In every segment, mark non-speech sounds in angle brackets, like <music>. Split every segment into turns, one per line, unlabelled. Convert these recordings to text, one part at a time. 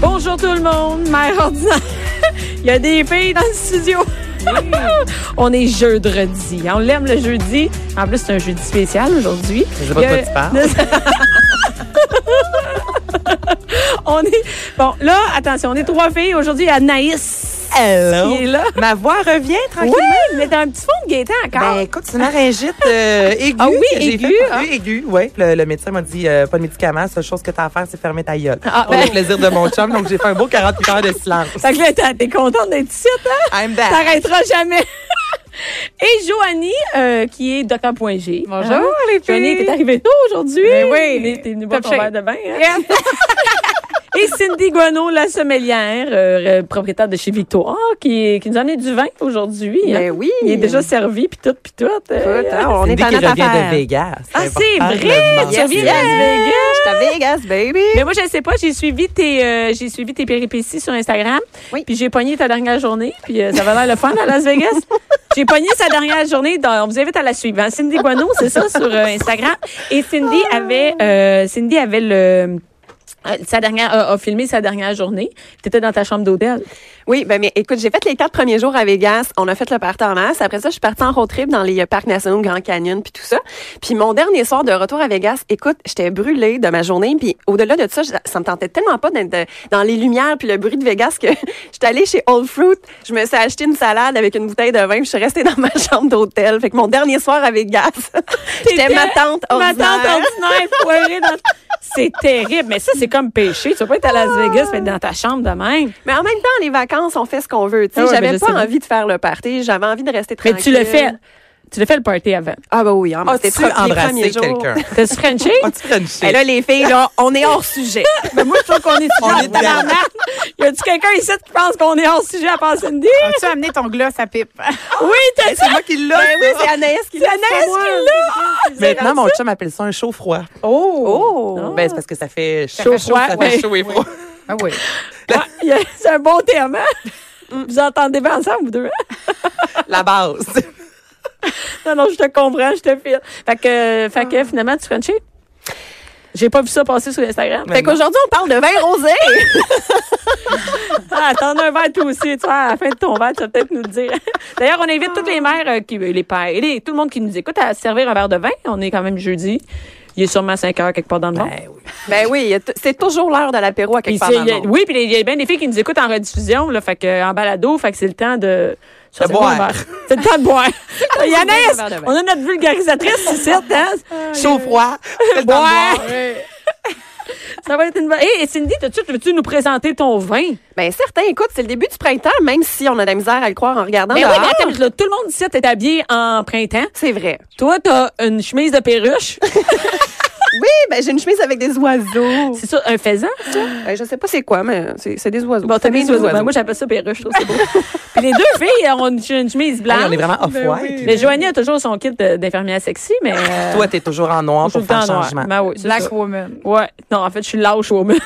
Bonjour tout le monde, mère ordinaire. <laughs> Il y a des filles dans le studio. <laughs> on est jeudi. On l'aime le jeudi. En plus, c'est un jeudi spécial aujourd'hui.
Je sais pas de quoi tu parles.
On est. Bon, là, attention, on est trois filles. Aujourd'hui, il y a Anaïs.
Hello.
qui est là.
Ma voix revient
Oui,
tranquillement.
mais t'as un petit fond de gaieté encore.
Ben, écoute, c'est une laryngite euh, aiguë.
Ah oui,
que j'ai
aiguë,
fait-
hein?
Oui, aiguë, oui. Le, le médecin m'a dit, euh, pas de médicaments, seule chose que t'as à faire, c'est fermer ta gueule.
Ah,
Pour
ben.
le plaisir de mon chum, donc j'ai fait un beau 48 heures de silence.
Fait que là, t'as- t'es contente d'être ici, hein?
I'm back.
T'arrêteras jamais. <laughs> Et Joanie, euh, qui est docteur.g.
Bonjour,
les
les
Joanie,
filles.
t'es arrivée tôt aujourd'hui.
Ben oui.
T'es- T'es venue boire
Top
ton verre
shape.
de bain. hein? <laughs> Et Cindy Guano, la sommelière, euh, euh, propriétaire de chez Victoire, qui, qui nous a amené du vin aujourd'hui. hein.
Ben oui.
Il est déjà servi, puis tout, puis tout. euh,
Écoute, hein, on
Cindy
est en
qui
notre
revient
affaire.
de Vegas.
Ah, c'est
important de
vrai!
le
Tu
Yes,
reviens de
mentionner.
Las Vegas.
Je suis à Vegas, baby.
Mais moi, je sais pas, j'ai suivi tes euh, j'ai suivi tes péripéties sur Instagram.
Oui.
Puis j'ai pogné ta dernière journée, puis euh, ça va l'air le fun à Las
<laughs>
Vegas. j'ai pogné sa dernière journée, donc on vous invite à la suivre. hein. Cindy Guano, c'est ça sur euh, Instagram et Cindy
Ah.
avait euh, Cindy avait le euh, sa dernière a, a filmé sa dernière journée. T'étais dans ta chambre d'hôtel.
Oui, ben mais écoute, j'ai fait les quatre premiers jours à Vegas. On a fait le party en masse. Après ça, je suis partie en road trip dans les euh, parcs nationaux, Grand Canyon, puis tout ça. Puis mon dernier soir de retour à Vegas, écoute, j'étais brûlée de ma journée. Puis au-delà de ça, je- ça me tentait tellement pas d'être de- dans les lumières puis le bruit de Vegas que <laughs> j'étais allée chez Old Fruit. Je me suis acheté une salade avec une bouteille de vin. Puis je suis restée dans ma <laughs> chambre d'hôtel. Fait que mon dernier soir à Vegas, <laughs> j'étais ma tante
Ma
ordinaire.
tante ordinaire poirée
<laughs>
dans c'est terrible, mais ça, c'est comme péché. Tu vas pas être à Las
Ah.
Vegas, mais être dans ta chambre de même.
Mais en même temps, les vacances, on fait ce qu'on veut. tu sais.
Ah ouais, ben,
j'avais
je sais
pas
bien.
envie de faire le party, j'avais envie de rester
Mais
tranquille.
tu le fais. Tu le fais le party avant.
Ah bah oui, hein,
Ah,
c'était
tu
trop les premiers
embrasser
jours. <laughs>
quelqu'un.
T'as-tu Frenché?
As-tu frenché?
Et là, les filles, là, on est hors sujet.
Mais moi, je trouve qu'on est
On
toujours
est
en
<laughs>
tabarnak. Y a-tu quelqu'un ici qui pense qu'on est hors sujet à part Cindy?
As-tu amené ton gloss à pipe?
Ah Oui, t'as
c'est moi qui l'ai.
Ben oui, c'est
ça.
Anaïs qui
C'est
l'a,
Anaïs
pas moi.
qui l'a.
Maintenant, mon chum appelle ça un chaud froid.
Oh!
Ben, c'est parce que ça fait
fait
chaud,
chaud,
chaud, ça
ouais.
fait chaud
<laughs>
et froid.
Ah <laughs> oui.
Ouais, c'est un bon terme,
Mm.
hein? Vous entendez bien ensemble, vous deux? hein?
La base.
Non, non, je te comprends, je te file. Fait que, fait
Ah.
que finalement, tu Frenchie? J'ai pas vu ça passer sur Instagram.
Fait qu'aujourd'hui, on parle de vin
<laughs>
rosé.
Ah, t'en as un verre toi aussi, tu vois, à la fin de ton verre, tu vas peut-être nous le dire. D'ailleurs, on invite toutes les mères, euh, qui, euh, les pères, et les- tout le monde qui nous écoute à servir un verre de vin. On est quand même jeudi. Il est sûrement 5 heures quelque part dans le monde.
ben oui, il y a t- c'est toujours l'heure de l'apéro à
Puis
quelque part
c'est-
dans
il y a-
le monde.
oui, puis il y a bien des filles qui nous écoutent en rediffusion, là, fait que, euh, en balado, fait que c'est le temps de... ça, c'est
boire.
pas un verre. C'est le temps de boire.
un
Yannès,
verre de vin.
on a notre vulgarisatrice ici, hein?
Chaud froid. c'est le temps de boire.
Ça va être une... Hé, Cindy, t'as-tu- veux-tu nous présenter ton vin?
Ben certain, écoute, c'est le début du printemps, même si on a de la misère à le croire en regardant
Mais Ben oui,
dehors.
mais attends, là, tout le monde ici est habillé en printemps.
c'est vrai.
Toi, t'as une chemise de perruche.
Oui, ben j'ai une chemise avec des oiseaux.
C'est ça, un faisan?
Euh, je sais pas c'est quoi, mais c'est c'est des oiseaux.
Bon, t'as
C'est
mis
des
des oiseaux. Ben, moi, j'appelle ça perruche, je trouve c'est beau. Puis les deux filles ont une, une chemise
Hey,
blanche.
On est vraiment off-white.
Mais Joanie a toujours son kit de- d'infirmière sexy, mais. euh,
Toi, t'es toujours en noir
je suis
pour
tout le
faire
temps noire.
changement.
Ben oui, c'est
Black
ça.
woman.
Ouais. Non, en fait, je suis lâche
<laughs>
woman.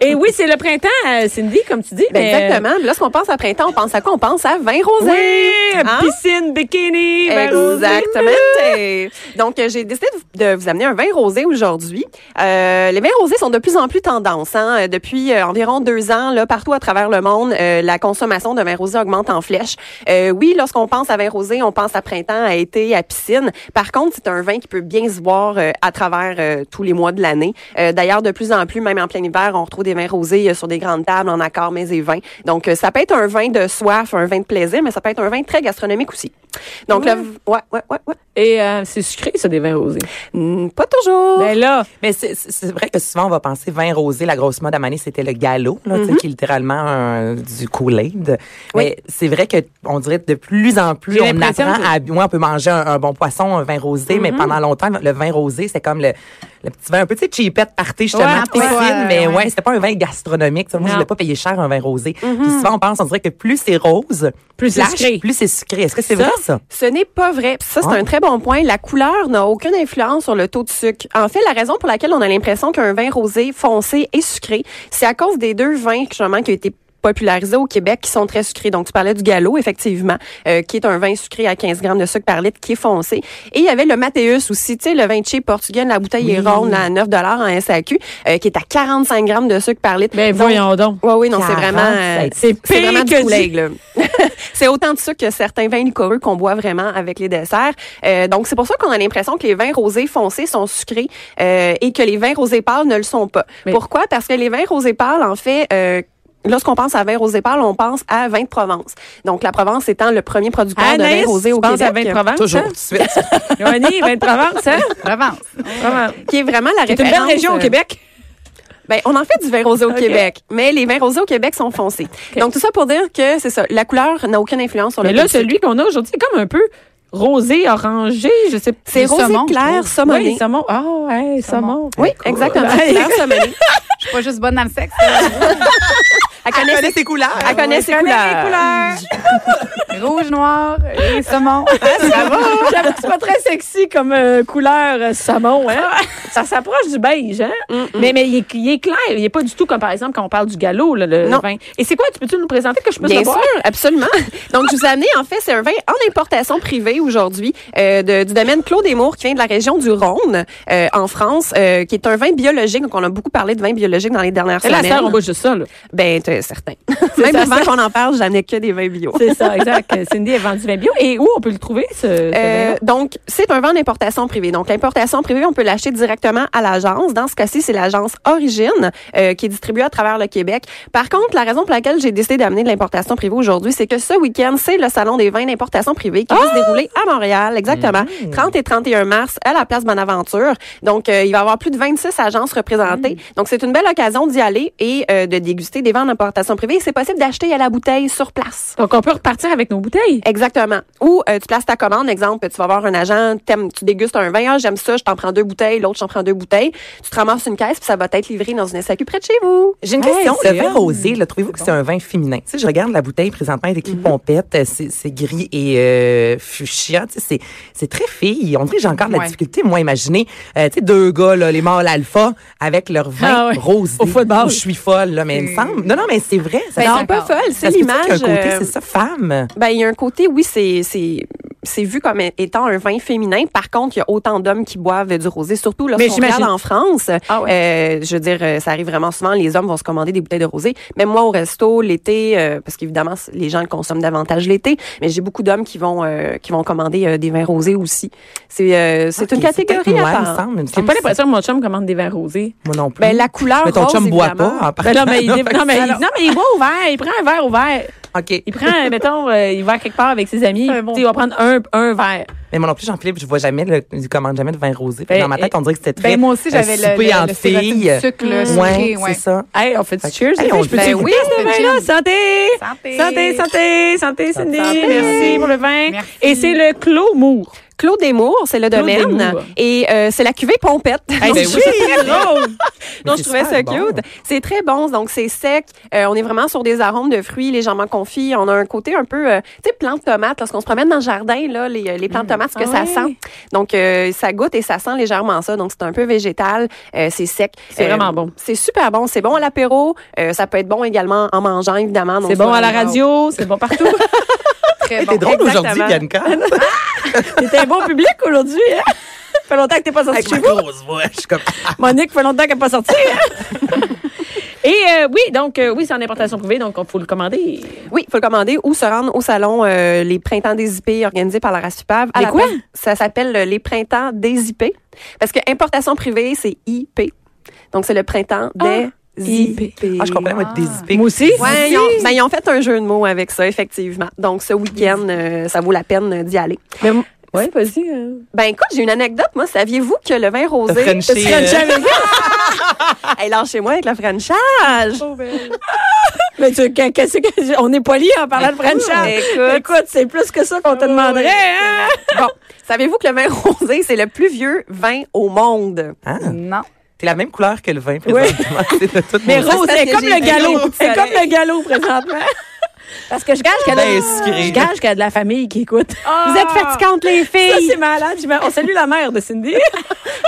Et oui, c'est le printemps, euh, Cindy, comme tu dis.
Ben,
mais, euh,
exactement. Mais Lorsqu'on pense à printemps, on pense à quoi? On pense à vin rosé.
Oui,
Hein?
piscine, bikini, ben, rosé.
Exactement. <laughs> Donc, euh, j'ai décidé de vous- de vous amener un vin rosé aujourd'hui. Euh, les vins rosés sont de plus en plus tendance. hein. Euh, Depuis euh, environ deux ans, là, partout à travers le monde, euh, la consommation de vins rosés augmente en flèche. Euh, oui, lorsqu'on pense à vin rosé, on pense à printemps, à été, à piscine. Par contre, c'est un vin qui peut bien se voir euh, à travers euh, tous les mois de l'année. Euh, D'ailleurs, de plus en plus, même en plein hiver, on retrouve des vins rosés euh, sur des grandes tables en accord mets et vins. Donc, euh, ça peut être un vin de soif, un vin de plaisir, mais ça peut être un vin très gastronomique aussi. Donc, là, ouais, ouais, ouais, ouais.
Et euh, c'est sucré, ça, des vins rosés.
Hmm, pas toujours.
Ben là,
Mais c'est- c'est c'est vrai que souvent, on va penser vin rosé. La grosse mode à Mané, c'était le galop, là,
Mhm.
tu sais, qui est littéralement un- du Kool-Aid. Mais c'est vrai que on dirait de plus en plus,
J'ai
on
l'impression
apprend
que- Mhm.
à... Ouais, on peut manger un, un bon poisson, un vin rosé, mais pendant longtemps, le vin rosé, c'est comme le, le petit vin un peu, tu sais, cheapette, party, justement,
Ouais,
de piscine,
ouais,
mais ouais,
ouais.
c'était pas un vin gastronomique. tu sais. Moi, je
Non. Mhm.
l'ai pas payé cher, un vin rosé. Puis souvent, on pense, on dirait que plus c'est rose,
Plus c'est
flash,
sucré.
Plus c'est sucré. Est-ce que c'est
Ça?
vrai, ça?
Ce n'est pas vrai. Puis ça, c'est
Ah.
un très bon point. La couleur n'a aucune influence sur le taux de sucre. En fait, la raison pour laquelle on a l'impression qu'un vin rosé foncé est sucré, c'est à cause des deux vins justement qui ont été popularisés au Québec qui sont très sucrés. Donc, tu parlais du galop, effectivement, euh, qui est un vin sucré à 15 grammes de sucre par litre qui est foncé. Et il y avait le Mateus aussi, tu sais, le vin cheap portugais, la bouteille est ronde là, à 9 en SAQ, euh, qui est à 45 grammes de sucre par litre.
ben
Donc,
voyons donc.
Ouais, oui, non, c'est vraiment. euh,
47.
C'est
c'est
pire
vraiment du
que du
Kool-Aid, là. <laughs> c'est autant de sucre que certains vins liquoreux qu'on boit vraiment avec les desserts. Euh, donc, c'est pour ça qu'on a l'impression que les vins rosés foncés sont sucrés euh, et que les vins rosés pâles ne le sont pas.
Mais-
Pourquoi? Parce que les vins rosés pâles, en fait... euh, Lorsqu'on pense à vin rosé pâle, on pense à vin de Provence. Donc, la Provence étant le premier producteur de
Anaïs,
vin rosé au
tu penses
Québec,
à vin de Provence,
Toujours,
hein?
tout de suite.
Joanie, vin de Provence, hein?
Provence.
<laughs>
Provence.
qui est vraiment la
C'est
référence.
une belle région au
euh,
Québec.
Ben, on en fait du vin rosé au
Ok.
Québec, mais les vins rosés au Québec sont foncés. Donc, tout ça pour dire que c'est ça. La couleur n'a aucune influence sur
Mais
le
là,
taux de sucre.
celui qu'on a aujourd'hui, c'est comme un peu rosé, orangé, je sais pas.
C'est
Du
rosé
saumon, je
clair
trouve.
saumonné.
Oui, saumon. Ah, ouais, saumon.
Oui, <laughs> exactement.
Hey. <laughs>
Claire Sommelet.
Je suis pas juste bonne dans le sexe.
Elle
Elle
connaît
connaît
ses,
ses couleurs.
elle connaît ses couleurs.
<laughs> Rouge, noir et <laughs> saumon.
Ça va. J'avoue que c'est pas très sexy comme euh, couleur euh, saumon. Hein? Ça s'approche du beige. Hein? Mais, mais il, est, il est clair. Il est pas du tout comme, par exemple, quand on parle du galop, là, le
Non.
vin. Et c'est quoi? Tu peux-tu nous présenter que je puisse
Bien
le boire?
sûr, absolument. Donc, je vous ai amené, en fait, c'est un vin en importation privée aujourd'hui euh, de- du domaine Claude Desmours qui vient de la région du Rhône, euh, en France, euh, qui est un vin biologique. Donc, on a beaucoup parlé de vin biologique dans les dernières
Et là, à cette heure, on
semaines.
boit juste ça. là.
Ben, t'es certain. Même
ça,
avant
ça.
qu'on en parle, j'en ai que des vins bio.
C'est ça, exact. <laughs> Cindy a vendu vin bio. Et où on peut le trouver, ce, ce
Euh,
vin-là?
donc, c'est un vin d'importation privée. Donc, l'importation privée, on peut l'acheter directement à l'agence. Dans ce cas-ci, c'est l'agence Origine euh, qui est distribuée à travers le Québec. Par contre, la raison pour laquelle j'ai décidé d'amener de l'importation privée aujourd'hui, c'est que ce week-end, c'est le salon des vins d'importation privée qui va se dérouler à Montréal, exactement, 30 et 31 mars à la place Bonaventure. Donc, euh, il va y avoir plus de 26 agences représentées. Donc, c'est une belle occasion d'y aller et euh, de déguster des vins d'importation privée. C'est possible d'acheter à la bouteille sur place.
Donc, on peut repartir avec nos bouteilles.
Exactement. Ou euh, tu places ta commande, exemple, tu vas voir un agent, t'aimes- tu dégustes un vin, ah, j'aime ça, je t'en prends deux bouteilles, l'autre j'en prends deux bouteilles. Tu te ramasses une caisse, puis ça va être livré dans une SAQ près de chez vous.
J'ai une
Ouais,
question.
c'est
le vin
hot.
rosé, là, trouvez-vous que c'est un vin féminin? Tu sais, je regarde la bouteille présentement, elle est écrit pompette, euh, c'est c'est gris et euh, fuchsia. Tu sais, c'est- c'est très fille. On dirait que j'ai encore de la
Ouais.
difficulté, moi, à imaginer, euh, tu sais, deux gars, là, les mâles alpha, avec leur vin
Ah ouais.
rosé.
Au football.
Je suis folle, là, mais il me
C'est-
semble. Non, non, mais c'est vrai. Ça
Ben,
Non,
c'est pas
d'accord.
folle, c'est
Ah. ça se peut-tu qu'il y a
l'image.
un côté,
euh,
c'est ça, femme.
ben, il y a un côté, oui, c'est, c'est, c'est vu comme étant un vin féminin. Par contre, il y a autant d'hommes qui boivent du rosé, surtout lorsqu'on
j'imagine-
regarde en France.
Ah
Euh, je veux dire, euh, ça arrive vraiment souvent. Les hommes vont se commander des bouteilles de rosé. Même moi, au resto, l'été, euh, parce qu'évidemment, c- les gens le consomment davantage l'été, mais j'ai beaucoup d'hommes qui vont euh, qui vont commander euh, des vins rosés aussi. C'est euh, c'est
Ok,
une catégorie
peut-être
à
moi, il me
part.
semble. il me
J'ai
semble
pas
que c'est-
l'impression que mon chum commande des vins rosés.
Moi non plus.
Ben, la couleur
mais ton
rose,
chum boit
évidemment.
pas. en partant.
Ben non,
<laughs>
mais il, non, mais il-
Alors-
non, mais il boit ouvert. Il prend un verre ouvert.
OK.
Il prend, mettons, euh, il va quelque part avec ses amis.
Un bon
tu sais, Il va prendre un, un verre.
Mais moi non plus, Jean-Philippe, je vois jamais, le, je commande jamais de vin rosé. Puis
Ben,
dans ma tête, on dirait que c'était très
Ben, moi aussi, j'avais
euh,
le,
souper en
le, le stéréotype
fille.
sucre, le
Ouais,
sucré, ouais.
c'est ça.
Hey, on fait du
Fait que-
cheers.
Hey,
ça,
on
je peux
le fait.
te goûter ce
Ben oui,
vin-là?
c'est
Santé!
Santé.
Santé, santé, santé, Cindy.
Santé.
Merci pour le vin.
Merci.
Et c'est le Clos Mour.
Claude Desmours, c'est le
Claude
domaine.
Desmours.
Et euh, c'est la cuvée Pompette.
Hey, ben
Donc,
c'est
je-
très <laughs> drôle. Ah,
Donc,
Mais
je trouvais
c'est
ça
super bon.
cute. C'est très bon. Donc, c'est sec. Euh, on est vraiment sur des arômes de fruits légèrement confits. On a un côté un peu, euh, tu sais, plante tomate. Lorsqu'on se promène dans le jardin, là, les, euh, les plantes tomates, ce que
Ah
ça
ouais.
sent. Donc, euh, ça goûte et ça sent légèrement ça. Donc, c'est un peu végétal. Euh, c'est sec.
C'est vraiment bon.
C'est super bon. C'est bon à l'apéro. Euh, ça peut être bon également en mangeant, évidemment. Donc,
C'est bon à la
on-
radio, c'est bon <laughs> partout.
Très
T'es
bon.
drôle
Exactement.
aujourd'hui, Bianca.
T'es un bon public aujourd'hui. Hein? <laughs> fait longtemps que t'es pas sorti chez vous.
grosse voix, je suis comme...
Monique, fait longtemps qu'elle n'est pas sortie. hein? <laughs> Et euh, oui, donc euh, oui, c'est en importation privée, donc on faut le commander.
Oui, il faut le commander ou se rendre au salon euh, Les Printemps des IP organisé par la RASUPAV. À
Les
la
quoi?
place- Ça s'appelle euh, Les Printemps des IP. Parce que importation privée, c'est IP. Donc, c'est le printemps des
IP.
Ah, je comprends, moi,
Ah.
des IP.
Moi aussi.
Ouais, ils ont, ben, ils ont fait un jeu de mots avec ça, effectivement. Donc, ce week-end, euh, ça vaut la peine euh, d'y aller.
Oui, vas-y. euh.
Ben, écoute, j'ai une anecdote. Moi, saviez-vous que le vin rosé.
Frenchie,
Hey,
euh,
lâchez-moi avec le Frenchage!
Mais tu, qu'est- qu'est-ce que, on est poli en parlant de Frenchard.
Écoute.
Écoute, c'est plus que ça qu'on te demanderait. hein?
Bon, savez-vous que le vin rosé, c'est le plus vieux vin au monde?
Ah,
<laughs> Non.
t'es la même couleur que le vin, présentement. C'est de toute
Mais
mon-
rose,
parce
c'est
que
comme
j'ai
le
le
galop.
galop au
C'est comme
soleil.
le galop présentement. <laughs> Parce que je gage qu'elle a,
Ben, sucré.
je gage qu'il y a de la famille qui écoute.
Vous êtes fatigantes, les
Ah! Ça, c'est
filles!
malade. Je me- On salue la mère de <laughs> Cindy.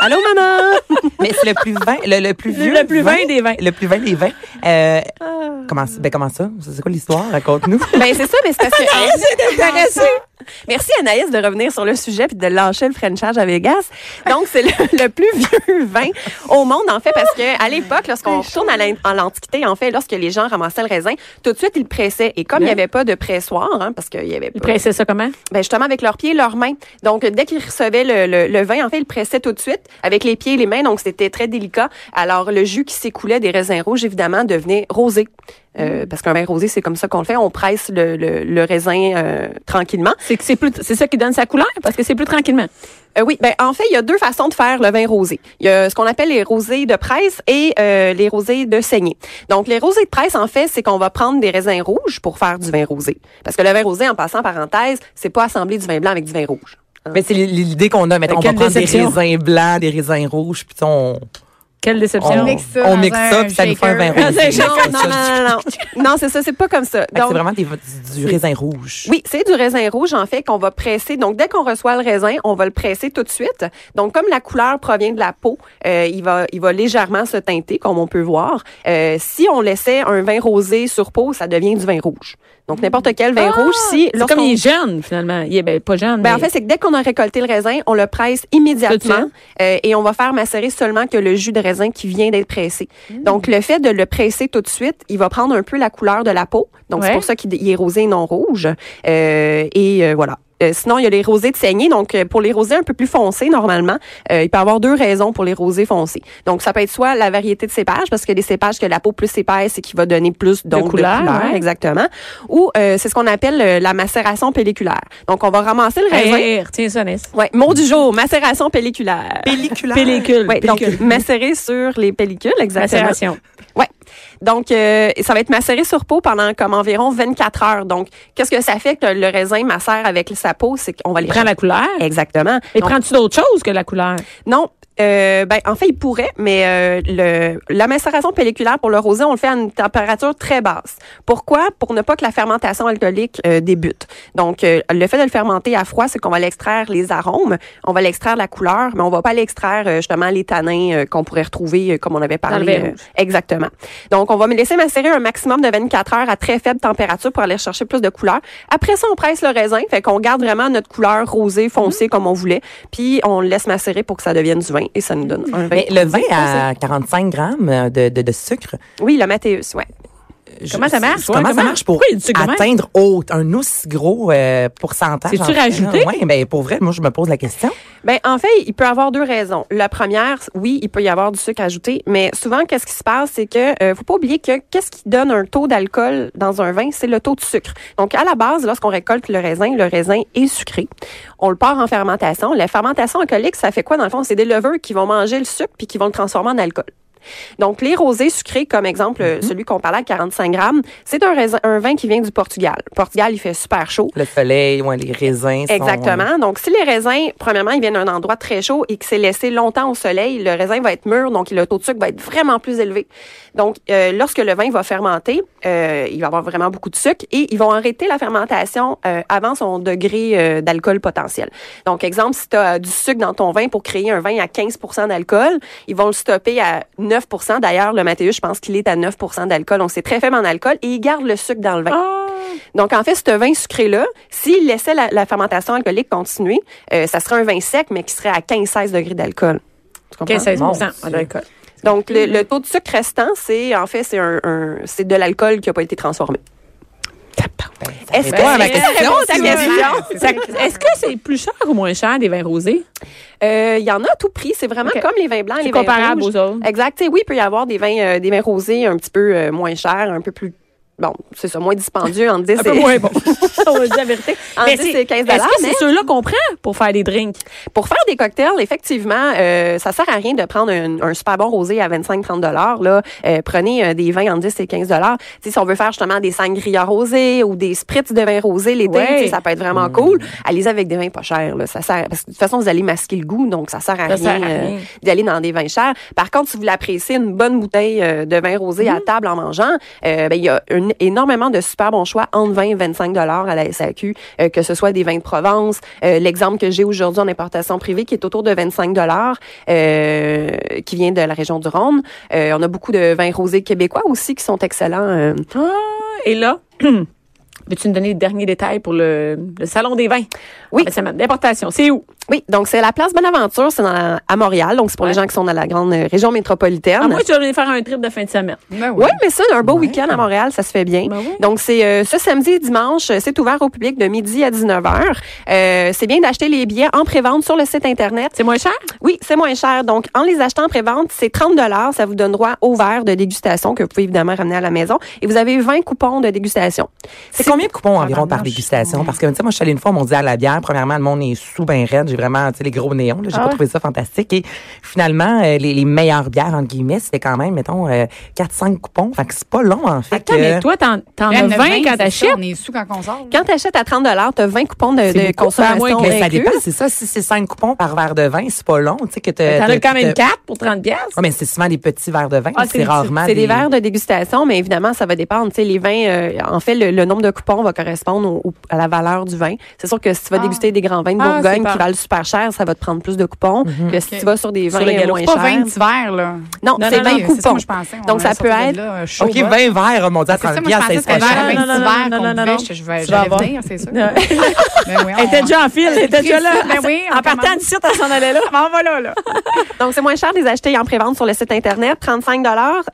Allô, maman!
Mais c'est le plus vin, le, le plus vieux.
Le plus vin des vins.
Le plus vin des vins. Euh, comment, ben, comment ça? C'est quoi l'histoire? Raconte-nous.
ben, c'est ça, mais c'est parce que.
C'est intéressant.
Merci Anaïs de revenir sur le sujet puis de lâcher le Frenchage à Vegas. Donc c'est le, le plus vieux vin au monde en fait parce que à l'époque lorsqu'on retourne à l'in- en l'antiquité en fait lorsque les gens ramassaient le raisin tout de suite ils le pressaient et comme il n'y avait pas de pressoir hein, parce qu'il y avait
Le
pas
prince, c'est ça comment?
ben justement avec leurs pieds et leurs mains. Donc dès qu'ils recevaient le, le, le vin en fait ils le pressaient tout de suite avec les pieds et les mains donc c'était très délicat. Alors le jus qui s'écoulait des raisins rouges évidemment devenait rosé. Euh, parce qu'un vin rosé, c'est comme ça qu'on le fait. On presse le, le, le raisin euh, tranquillement.
C'est que c'est plus, c'est ça qui donne sa couleur parce que c'est plus tranquillement.
Euh, oui, ben en fait, il y a deux façons de faire le vin rosé. Il y a ce qu'on appelle les rosés de presse et euh, les rosés de saignée. Donc les rosés de presse en fait, c'est qu'on va prendre des raisins rouges pour faire du vin rosé parce que le vin rosé en passant parenthèse, c'est pas assembler du vin blanc avec du vin rouge.
<laughs>
hein.
Mais c'est l'idée qu'on a. Mettons, on va
Quelle
prendre
déception.
des raisins blancs, des raisins rouges, puis on,
Quelle
on,
déception.
mixe ça
on
dans
mixe
un
ça, puis ça nous fait un vin
shaker.
rouge.
Dans un shaker.
Non, non, non, non, non, non. Non, c'est ça, c'est pas comme ça.
C'est
Donc,
vraiment des, du, du raisin rouge.
Oui, c'est du raisin rouge, en fait, qu'on va presser. Donc, dès qu'on reçoit le raisin, on va le presser tout de suite. Donc, comme la couleur provient de la peau, euh, il, va, il va légèrement se teinter, comme on peut voir. Euh, si on laissait un vin rosé sur peau, ça devient du vin rouge. Donc, n'importe quel vin
Ah!
rouge, si...
C'est
lorsqu'on-
comme il est jeune, finalement. Il est ben, pas jeune.
ben, en
mais-
fait, c'est que dès qu'on a récolté le raisin, on le presse
Tout de
immédiatement
suite.
euh, et on va faire macérer seulement que le jus de raisin qui vient d'être pressé.
Mmh.
Donc, le fait de le presser tout de suite, il va prendre un peu la couleur de la peau. Donc,
Ouais.
c'est pour ça qu'il il est rosé et non rouge. Euh, et euh, voilà. Euh, sinon, il y a les rosés de saignée. Donc, euh, pour les rosés un peu plus foncés, normalement, euh, il peut y avoir deux raisons pour les rosés foncés. Donc, ça peut être soit la variété de cépage, parce que les cépages que la peau plus épaisse et qui va donner plus donc, de
couleur,
couleur,
ouais.
exactement. Ou euh, c'est ce qu'on appelle euh, la macération pelliculaire. Donc, on va ramasser le raisin.
Hey, retiens ça, Nice.
Ouais, mot du jour, macération pelliculaire.
Pelliculaire.
Pellicule.
Ouais, donc
pellicule.
macérer sur les pellicules, exactement.
Macération.
Ouais. Donc euh, ça va être macéré sur peau pendant comme environ 24 heures. Donc qu'est-ce que ça fait que le raisin macère avec sa peau, c'est qu'on va les
Il prend la couleur.
Exactement.
Et
Donc,
prends-tu d'autres choses que la couleur?
Non. Euh, ben, en fait, il pourrait, mais euh, le, la macération pelliculaire pour le rosé, on le fait à une température très basse. Pourquoi? Pour ne pas que la fermentation alcoolique euh, débute. Donc, euh, le fait de le fermenter à froid, c'est qu'on va l'extraire les arômes, on va l'extraire la couleur, mais on va pas l'extraire euh, justement les tanins euh, qu'on pourrait retrouver, euh, comme on avait
le
parlé.
verre
euh, exactement. Donc, on va me laisser macérer un maximum de 24 heures à très faible température pour aller chercher plus de couleur. Après ça, on presse le raisin, fait qu'on garde vraiment notre couleur rosée, foncée comme on voulait, puis on le laisse macérer pour que ça devienne du vin et ça nous donne un vin.
Mais le vin à 45 grammes de, de, de sucre.
Oui, le Mathéus, ouais.
je-
Comment ça marche?
Comment,
Ouais,
ça
comment?
marche pour
Pourquoi il y a du sucre de même?
atteindre au- un aussi gros euh, pourcentage?
C'est-tu
en fait,
rajouté?
là? Ouais, ben, pour vrai, moi, je me pose la question.
Ben en fait, il peut avoir deux raisons. La première, oui, il peut y avoir du sucre ajouté, mais souvent qu'est-ce qui se passe, c'est que euh, faut pas oublier que qu'est-ce qui donne un taux d'alcool dans un vin, c'est le taux de sucre. Donc à la base, lorsqu'on récolte le raisin, le raisin est sucré. On le part en fermentation. La fermentation alcoolique, ça fait quoi dans le fond C'est des levures qui vont manger le sucre puis qui vont le transformer en alcool. Donc, les rosés sucrés, comme exemple, euh, celui qu'on parlait à 45 grammes, c'est un, raisin- un vin qui vient du Portugal. Portugal, il fait super chaud.
Le soleil, ouais, les raisins. sont- euh,
Exactement. Donc, si les raisins, premièrement, ils viennent d'un endroit très chaud et que c'est laissé longtemps au soleil, le raisin va être mûr, donc le taux de sucre va être vraiment plus élevé. Donc, euh, lorsque le vin va fermenter, euh, il va avoir vraiment beaucoup de sucre et ils vont arrêter la fermentation euh, avant son degré euh, d'alcool potentiel. Donc, exemple, si tu as du sucre dans ton vin pour créer un vin à 15 d'alcool, ils vont le stopper à 9 D'ailleurs, le Mathéus, je pense qu'il est à 9 d'alcool. Donc, c'est très faible en alcool et ils gardent le sucre dans le vin.
Ah,
Ah!
Donc, en fait, ce vin sucré-là, s'il laissait la, la fermentation alcoolique continuer, euh, ça serait un vin sec, mais qui serait à 15-16 degrés d'alcool. Tu comprends?
15-16
Mon
en
Dieu.
alcool.
Donc,
Mhm.
le, le taux de sucre restant, c'est en fait, c'est un, un- c'est de l'alcool qui n'a pas été transformé.
Est-ce que à ma question?
ta
Sylvie.
question. Ça- Est-ce que c'est plus cher ou moins cher des vins rosés?
Euh, Il y en a à tout prix. C'est vraiment
Ok.
comme les vins blancs,
C'est
les vins
comparable
rouges.
aux autres.
Exact. Tu sais, oui, il peut y avoir des vins, euh, des vins rosés un petit peu euh, moins chers, un peu plus. Bon, c'est ça, moins dispendieux, entre 10
<laughs> Un peu
et-
moins bon. On va dire la vérité.
En
Mais
dix,
c'est-
c'est 15
Est-ce que c'est
mais-
ceux-là qu'on prend pour faire des drinks?
Pour faire des cocktails, effectivement, euh, ça sert à rien de prendre un, un super bon rosé à 25-30 dollars. Là, Euh, prenez euh, des vins en 10 et 15 dollars. Si on veut faire justement des sangria rosés ou des spritz de vin rosé l'été,
Ouais.
tu sais, ça peut être vraiment cool. Allez avec des vins pas chers. Là, ça sert parce que de toute façon vous allez masquer le goût, donc ça sert à
Ça
rien,
sert à rien.
euh, d'aller dans des vins chers. Par contre, si vous voulez apprécier une bonne bouteille euh, de vin rosé
Mm-hmm.
à table en mangeant, euh, ben, il y a un- énormément de super bons choix entre 20 et 25 dollars à la SAQ, euh, que ce soit des vins de Provence. Euh, L'exemple que j'ai aujourd'hui en importation privée qui est autour de 25 dollars, euh, qui vient de la région du Rhône. Euh, on a beaucoup de vins rosés québécois aussi qui sont excellents. euh.
Et là, <clears throat> veux-tu nous donner les derniers détails pour le, le salon des vins?
Oui.
Ah, ben, semaine d'importation. C'est où?
Oui, donc c'est la place Bonaventure, c'est dans la- à Montréal, donc c'est pour les
Ouais.
gens qui sont dans la grande euh, région métropolitaine.
Ah, moi, je vais aller faire un trip de fin de semaine.
Ben oui.
Oui, mais ça, un beau week-end à Montréal, ça se fait bien.
Ben oui.
Donc, c'est euh, ce samedi et dimanche, euh, c'est ouvert au public de midi à 19h. Euh, c'est bien d'acheter les billets en pré-vente sur le site Internet.
C'est moins cher?
Oui, c'est moins cher. Donc, en les achetant en pré-vente, c'est 30 Ça vous donne droit au verre de dégustation que vous pouvez évidemment ramener à la maison. Et vous avez 20 coupons de dégustation.
C'est combien de coupons environ par
Tabarnouche.
dégustation? Parce que, tu sais, moi, je suis allée une fois au Mondial à la bière. Premièrement, le monde est sous ben raide. J'ai vraiment, tu sais, les gros néons. là. J'ai pas trouvé ça fantastique. Et finalement, euh, les, les meilleures bières, entre guillemets, c'était quand même, mettons, 4-5 coupons. Fait que c'est pas long, en fait. euh,
Attends,
que-
mais toi, t'en, t'en
Elle
as
en a
20 quand
c'est ça,
t'achètes.
On est sous quand on sort.
Quand tu achètes à 30 tu as 20 coupons de,
C'est
de
beaucoup. Ben,
consommation.
Mais ça
inclus.
dépend, c'est ça. Si c'est 5 coupons par verre de vin, c'est pas long. Tu sais, que t'as-
T'en
t'as-
as quand même
t'as-
4 pour 30 piastres.
Ouais, Ah, mais c'est souvent des petits verres de vin.
Ah, c'est
c'est
des-
rarement.
C'est des verres de dégustation, mais évidemment, ça va dépendre. Tu sais, les vins, euh, en fait, le, le nombre de coupons va correspondre au- au- à la valeur du vin. C'est sûr que si tu vas
Ah.
déguster des grands vins de
Ah, c'est
Bourgogne
pas-
qui valent super cher, ça va te prendre plus de coupons que si
Ok.
tu vas sur des
Sur
vins
le galop,
moins
C'est pas 20
chers.
verres, là.
Non,
Non, non,
c'est 20
C'est ça
coupons.
que je pensais. On
Donc, ça
allait
peut
sortir de
être-
là, euh, chaud,
OK,
bas.
20 verres, mon Dieu, à
C'est
30
Ah,
ça, moi, je
piastres,
pensais que
c'est
c'était
pas
vers
cher.
cher. Non, non, non,
20
non,
verres
non,
qu'on
non,
devait.
non.
Je je vais
Tu vas
j'allais
avoir.
venir, c'est sûr.
Non.
<laughs> Ben oui, on-
Elle était déjà en file, elle était déjà là.
Ben oui, on
en partant
commence.
d'ici, elle s'en allait là.
Ben voilà, là.
Donc, c'est moins cher de les acheter en prévente sur le site Internet. 35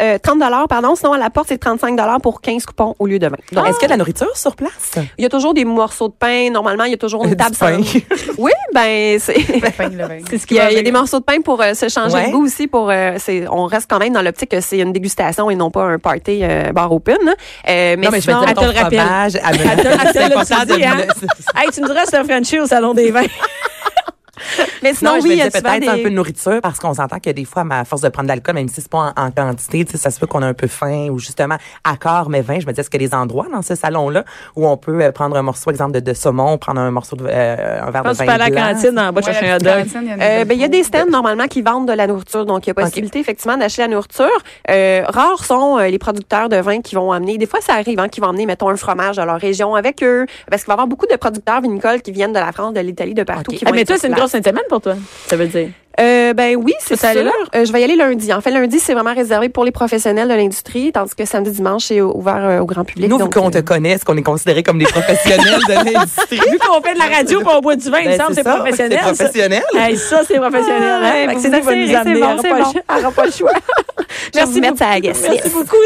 euh, 30 pardon. Sinon, à la porte, c'est 35 pour 15 coupons au lieu de 20. Donc,
Donc,
Ah.
Est-ce qu'il y a de la nourriture sur place?
il y a toujours des morceaux de pain. Normalement, il y a toujours
Du
une table
pain.
sans- Oui, ben, c'est...
Le pain, le vin.
C'est ce
Il
qui
y,
va
a, il y a
avec.
des morceaux de pain pour euh, se changer
Ouais.
le goût aussi. Pour, euh, c'est- on reste quand même dans l'optique que c'est une dégustation et non pas un party euh, bar open. là. Euh, mais
Non, mais je vais
sinon,
dire,
elle te
ton
le rappelle.
fromage, elle me-
Elle te- elle te
<laughs> c'est
l'a
important de
dit, hein?
me le-
Hey, tu me diras, c'est un Frenchie au salon des vins.
mais
Non,
sinon,
je
oui,
me
il y a
disais
souvent
peut-être
des-
un peu de nourriture parce qu'on s'entend que des fois, à force de prendre de l'alcool, même si c'est pas en, en quantité, tu sais, ça se peut qu'on a un peu faim ou justement accord mais vin. Je me disais, est-ce qu'il y a des endroits dans ce salon-là où on peut euh, prendre un morceau, exemple, de, de saumon, prendre un morceau de euh, un verre
Quand
de
tu
vin
vas à la
blanc?
cantine, en bas,
Ouais,
chercher
la
un
petite
dog.
cantine, une
Euh,
belle
ben, il y a des
photo.
stands normalement qui vendent de la nourriture, donc il y a possibilité effectivement d'acheter la nourriture. Euh, rares sont euh, les producteurs de vin qui vont amener, des fois ça arrive, hein, qui vont amener, mettons, un fromage de leur région avec eux, parce qu'il va y avoir beaucoup de producteurs vinicoles qui viennent de la France, de l'Italie, de partout. Qui
Ah,
Eh,
vont
mais
être
toi,
sur
c'est une
place.
grosse fin de semaine pour toi, ça veut dire.
Euh, ben oui, c'est
Faut-tu aller
sûr. Euh, je vais y aller lundi. En fait, lundi, c'est vraiment réservé pour les professionnels de l'industrie, tandis que samedi, dimanche, c'est ouvert euh, au grand public.
Nous, vu
donc,
qu'on
euh,
te connaît, est-ce qu'on est considéré comme des professionnels de l'industrie?
Vu qu'on fait de la radio pour on boit du vin, il me
Ben,
semble que c'est
ça,
professionnel.
C'est
ça.
professionnel.
Hey, ça, c'est professionnel. hein?
Ouais,
Fait que
vous
c'est ça qui va
essayerez,
nous amener.
<laughs> c'est
elle
bon,
aura pas le <laughs>
c'est bon.
choix. Elle aura pas le choix.
Je vais vous mettre ça à la
beaucoup.
guest
Merci
list.
beaucoup.